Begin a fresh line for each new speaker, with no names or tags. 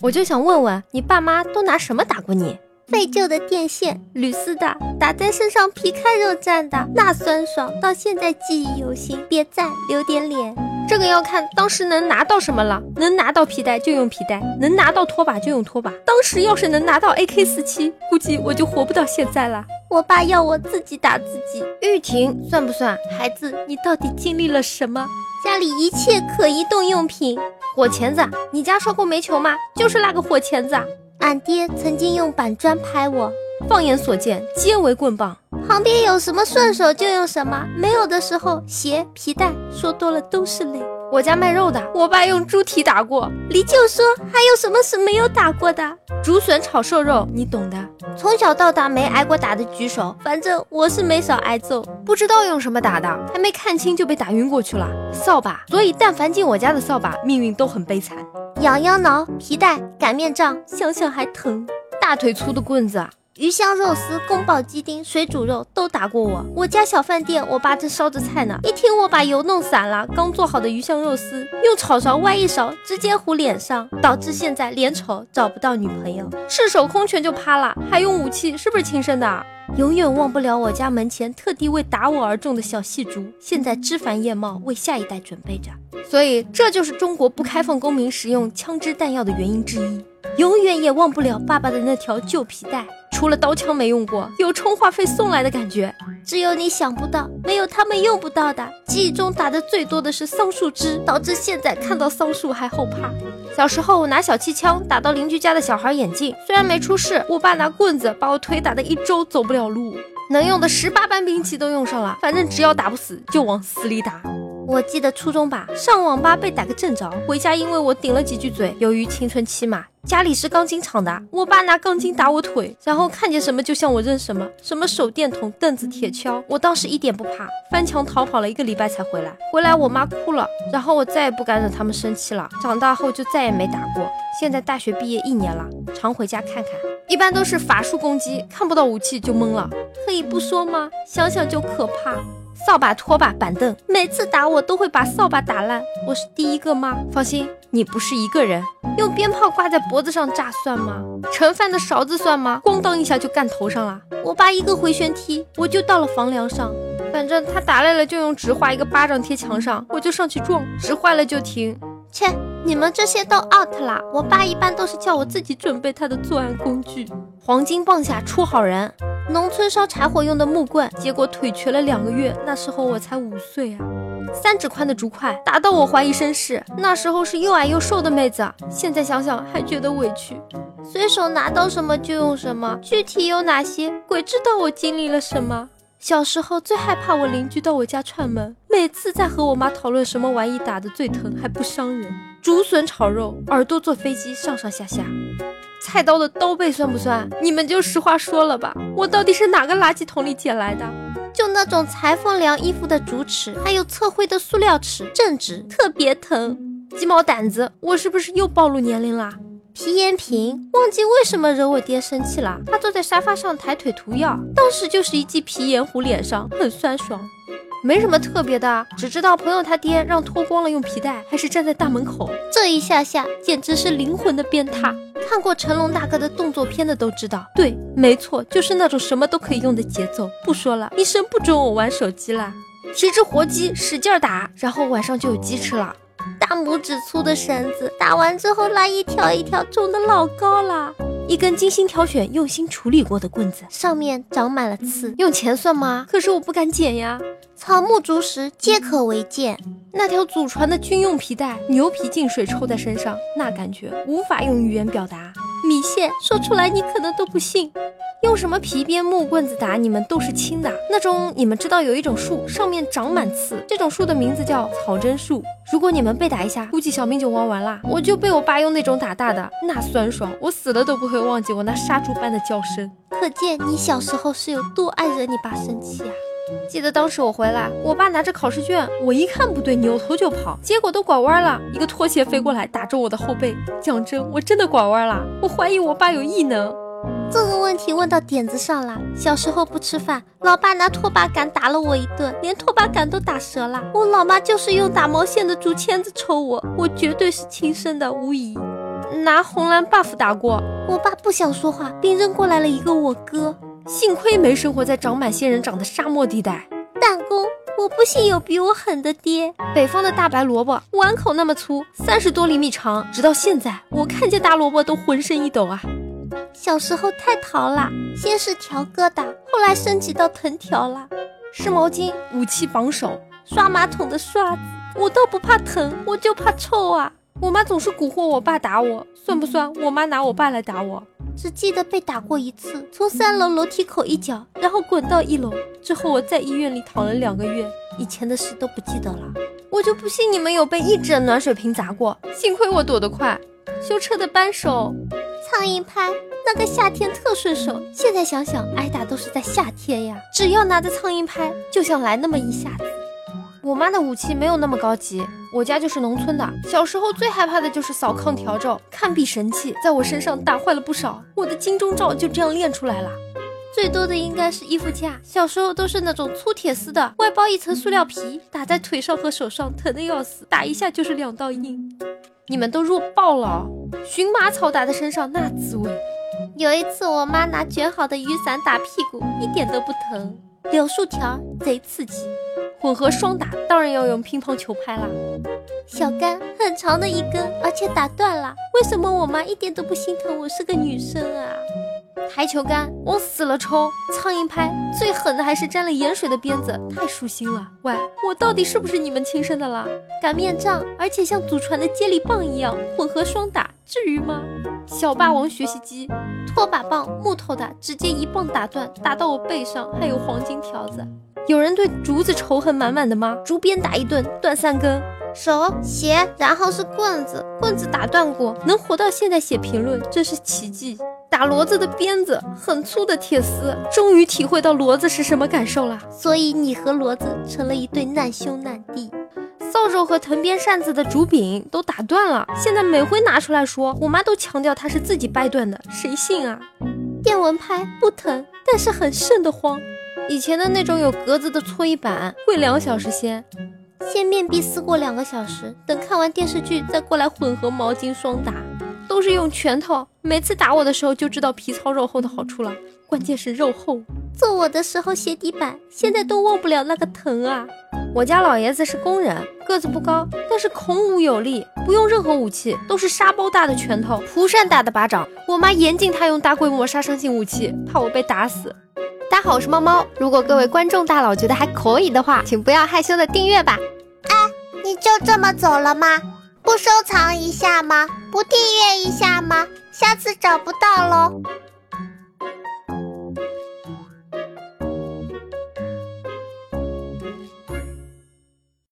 我就想问问你爸妈都拿什么打过你？废旧的电线、铝丝的，打在身上皮开肉绽的，那酸爽到现在记忆犹新。别赞，留点脸。这个要看当时能拿到什么了，能拿到皮带就用皮带，能拿到拖把就用拖把。当时要是能拿到 AK 四七，估计我就活不到现在了。我爸要我自己打自己。玉婷算不算孩子？你到底经历了什么？家里一切可移动用品，火钳子，你家烧过煤球吗？就是那个火钳子啊。俺爹曾经用板砖拍我，放眼所见皆为棍棒。旁边有什么顺手就用什么，没有的时候鞋、皮带，说多了都是泪。我家卖肉的，我爸用猪蹄打过。离舅说还有什么是没有打过的？竹笋炒瘦肉，你懂的。从小到大没挨过打的举手，反正我是没少挨揍。不知道用什么打的，还没看清就被打晕过去了。扫把，所以但凡进我家的扫把，命运都很悲惨。痒痒挠、皮带、擀面杖，想想还疼。大腿粗的棍子啊，鱼香肉丝、宫保鸡丁、水煮肉都打过我。我家小饭店，我爸正烧着菜呢，一听我把油弄散了，刚做好的鱼香肉丝用炒勺歪一勺，直接糊脸上，导致现在脸丑找不到女朋友。赤手空拳就趴了，还用武器，是不是亲生的啊？永远忘不了我家门前特地为打我而种的小细竹，现在枝繁叶茂，为下一代准备着。所以，这就是中国不开放公民使用枪支弹药的原因之一。永远也忘不了爸爸的那条旧皮带，除了刀枪没用过，有充话费送来的感觉。只有你想不到，没有他们用不到的。记忆中打的最多的是桑树枝，导致现在看到桑树还后怕。小时候我拿小气枪打到邻居家的小孩眼镜，虽然没出事，我爸拿棍子把我腿打得一周走不了路。能用的十八般兵器都用上了，反正只要打不死就往死里打。我记得初中吧，上网吧被打个正着，回家因为我顶了几句嘴。由于青春期嘛，家里是钢筋厂的，我爸拿钢筋打我腿，然后看见什么就向我扔什么，什么手电筒、凳子、铁锹。我当时一点不怕，翻墙逃跑了一个礼拜才回来。回来我妈哭了，然后我再也不敢惹他们生气了。长大后就再也没打过。现在大学毕业一年了，常回家看看，一般都是法术攻击，看不到武器就懵了。可以不说吗？想想就可怕。扫把、拖把、板凳，每次打我都会把扫把打烂。我是第一个吗？放心，你不是一个人。用鞭炮挂在脖子上炸算吗？盛饭的勺子算吗？咣当一下就干头上了。我爸一个回旋踢，我就到了房梁上。反正他打累了就用纸画一个巴掌贴墙上，我就上去撞，纸坏了就停。切，你们这些都 out 啦！我爸一般都是叫我自己准备他的作案工具。黄金棒下出好人，农村烧柴火用的木棍，结果腿瘸了两个月，那时候我才五岁啊。三指宽的竹筷打到我怀疑身世，那时候是又矮又瘦的妹子，现在想想还觉得委屈。随手拿到什么就用什么，具体有哪些，鬼知道我经历了什么。小时候最害怕我邻居到我家串门，每次在和我妈讨论什么玩意打的最疼还不伤人。竹笋炒肉，耳朵坐飞机上上下下，菜刀的刀背算不算？你们就实话说了吧，我到底是哪个垃圾桶里捡来的？就那种裁缝量衣服的竹尺，还有测绘的塑料尺，正直特别疼。鸡毛掸子，我是不是又暴露年龄啦？皮炎平忘记为什么惹我爹生气了，他坐在沙发上抬腿涂药，当时就是一记皮炎糊脸上，很酸爽，没什么特别的，只知道朋友他爹让脱光了用皮带，还是站在大门口，这一下下简直是灵魂的鞭挞。看过成龙大哥的动作片的都知道，对，没错，就是那种什么都可以用的节奏。不说了，医生不准我玩手机啦。提只活鸡，使劲儿打，然后晚上就有鸡吃了。大拇指粗的绳子，打完之后拉一条一条，重的老高了。一根精心挑选、用心处理过的棍子，上面长满了刺。用钱算吗？可是我不敢捡呀。草木竹石皆可为剑。那条祖传的军用皮带，牛皮进水抽在身上，那感觉无法用语言表达。米线说出来你可能都不信。用什么皮鞭、木棍子打你们都是轻的。那种你们知道有一种树，上面长满刺，这种树的名字叫草针树。如果你们被打一下，估计小命就玩完啦。我就被我爸用那种打大的，那酸爽，我死了都不会忘记我那杀猪般的叫声。可见你小时候是有多爱惹你爸生气啊！记得当时我回来，我爸拿着考试卷，我一看不对，扭头就跑，结果都拐弯了，一个拖鞋飞过来打中我的后背。讲真，我真的拐弯了，我怀疑我爸有异能。这个问题问到点子上了。小时候不吃饭，老爸拿拖把杆打了我一顿，连拖把杆都打折了。我老妈就是用打毛线的竹签子抽我，我绝对是亲生的无疑。拿红蓝 buff 打过。我爸不想说话，并扔过来了一个我哥。幸亏没生活在长满仙人掌的沙漠地带。弹弓，我不信有比我狠的爹。北方的大白萝卜，碗口那么粗，三十多厘米长。直到现在，我看见大萝卜都浑身一抖啊。小时候太淘啦，先是条疙瘩，后来升级到藤条啦。湿毛巾，武器榜首。刷马桶的刷子，我倒不怕疼，我就怕臭啊。我妈总是蛊惑我爸打我，算不算我妈拿我爸来打我？只记得被打过一次，从三楼楼梯口一脚，然后滚到一楼。之后我在医院里躺了两个月，以前的事都不记得了。我就不信你们有被一整暖水瓶砸过，幸亏我躲得快。修车的扳手，苍蝇拍，那个夏天特顺手。现在想想，挨打都是在夏天呀。只要拿着苍蝇拍，就想来那么一下子。我妈的武器没有那么高级，我家就是农村的。小时候最害怕的就是扫炕笤帚，堪比神器，在我身上打坏了不少。我的金钟罩就这样练出来了。最多的应该是衣服架，小时候都是那种粗铁丝的，外包一层塑料皮，打在腿上和手上疼得要死，打一下就是两道印。你们都弱爆了哦，荨麻草打在身上那滋味。有一次，我妈拿卷好的雨伞打屁股，一点都不疼。柳树条贼刺激，混合双打当然要用乒乓球拍啦。小杆很长的一根，而且打断了。为什么我妈一点都不心疼我是个女生啊？台球杆往死了抽，苍蝇拍最狠的还是沾了盐水的鞭子，太舒心了。喂，我到底是不是你们亲生的啦？擀面杖，而且像祖传的接力棒一样混合双打，至于吗？小霸王学习机，拖把棒木头的，直接一棒打断，打到我背上，还有黄金条子。有人对竹子仇恨满满的吗？竹鞭打一顿，断三根。手、鞋，然后是棍子，棍子打断过，能活到现在写评论，真是奇迹。打骡子的鞭子，很粗的铁丝，终于体会到骡子是什么感受了。所以你和骡子成了一对难兄难弟。扫帚和藤编扇子的竹柄都打断了，现在每回拿出来说，我妈都强调它是自己掰断的，谁信啊？电蚊拍不疼，但是很瘆得慌。以前的那种有格子的搓衣板，会两小时先，先面壁思过两个小时，等看完电视剧再过来混合毛巾双打，都是用拳头。每次打我的时候就知道皮糙肉厚的好处了，关键是肉厚。揍我的时候鞋底板，现在都忘不了那个疼啊！我家老爷子是工人，个子不高，但是孔武有力，不用任何武器，都是沙包大的拳头，蒲扇大的巴掌。我妈严禁他用大规模杀伤性武器，怕我被打死。
大家好，我是猫猫。如果各位观众大佬觉得还可以的话，请不要害羞的订阅吧。
你就这么走了吗？不收藏一下吗？不订阅一下吗？下次找不到喽。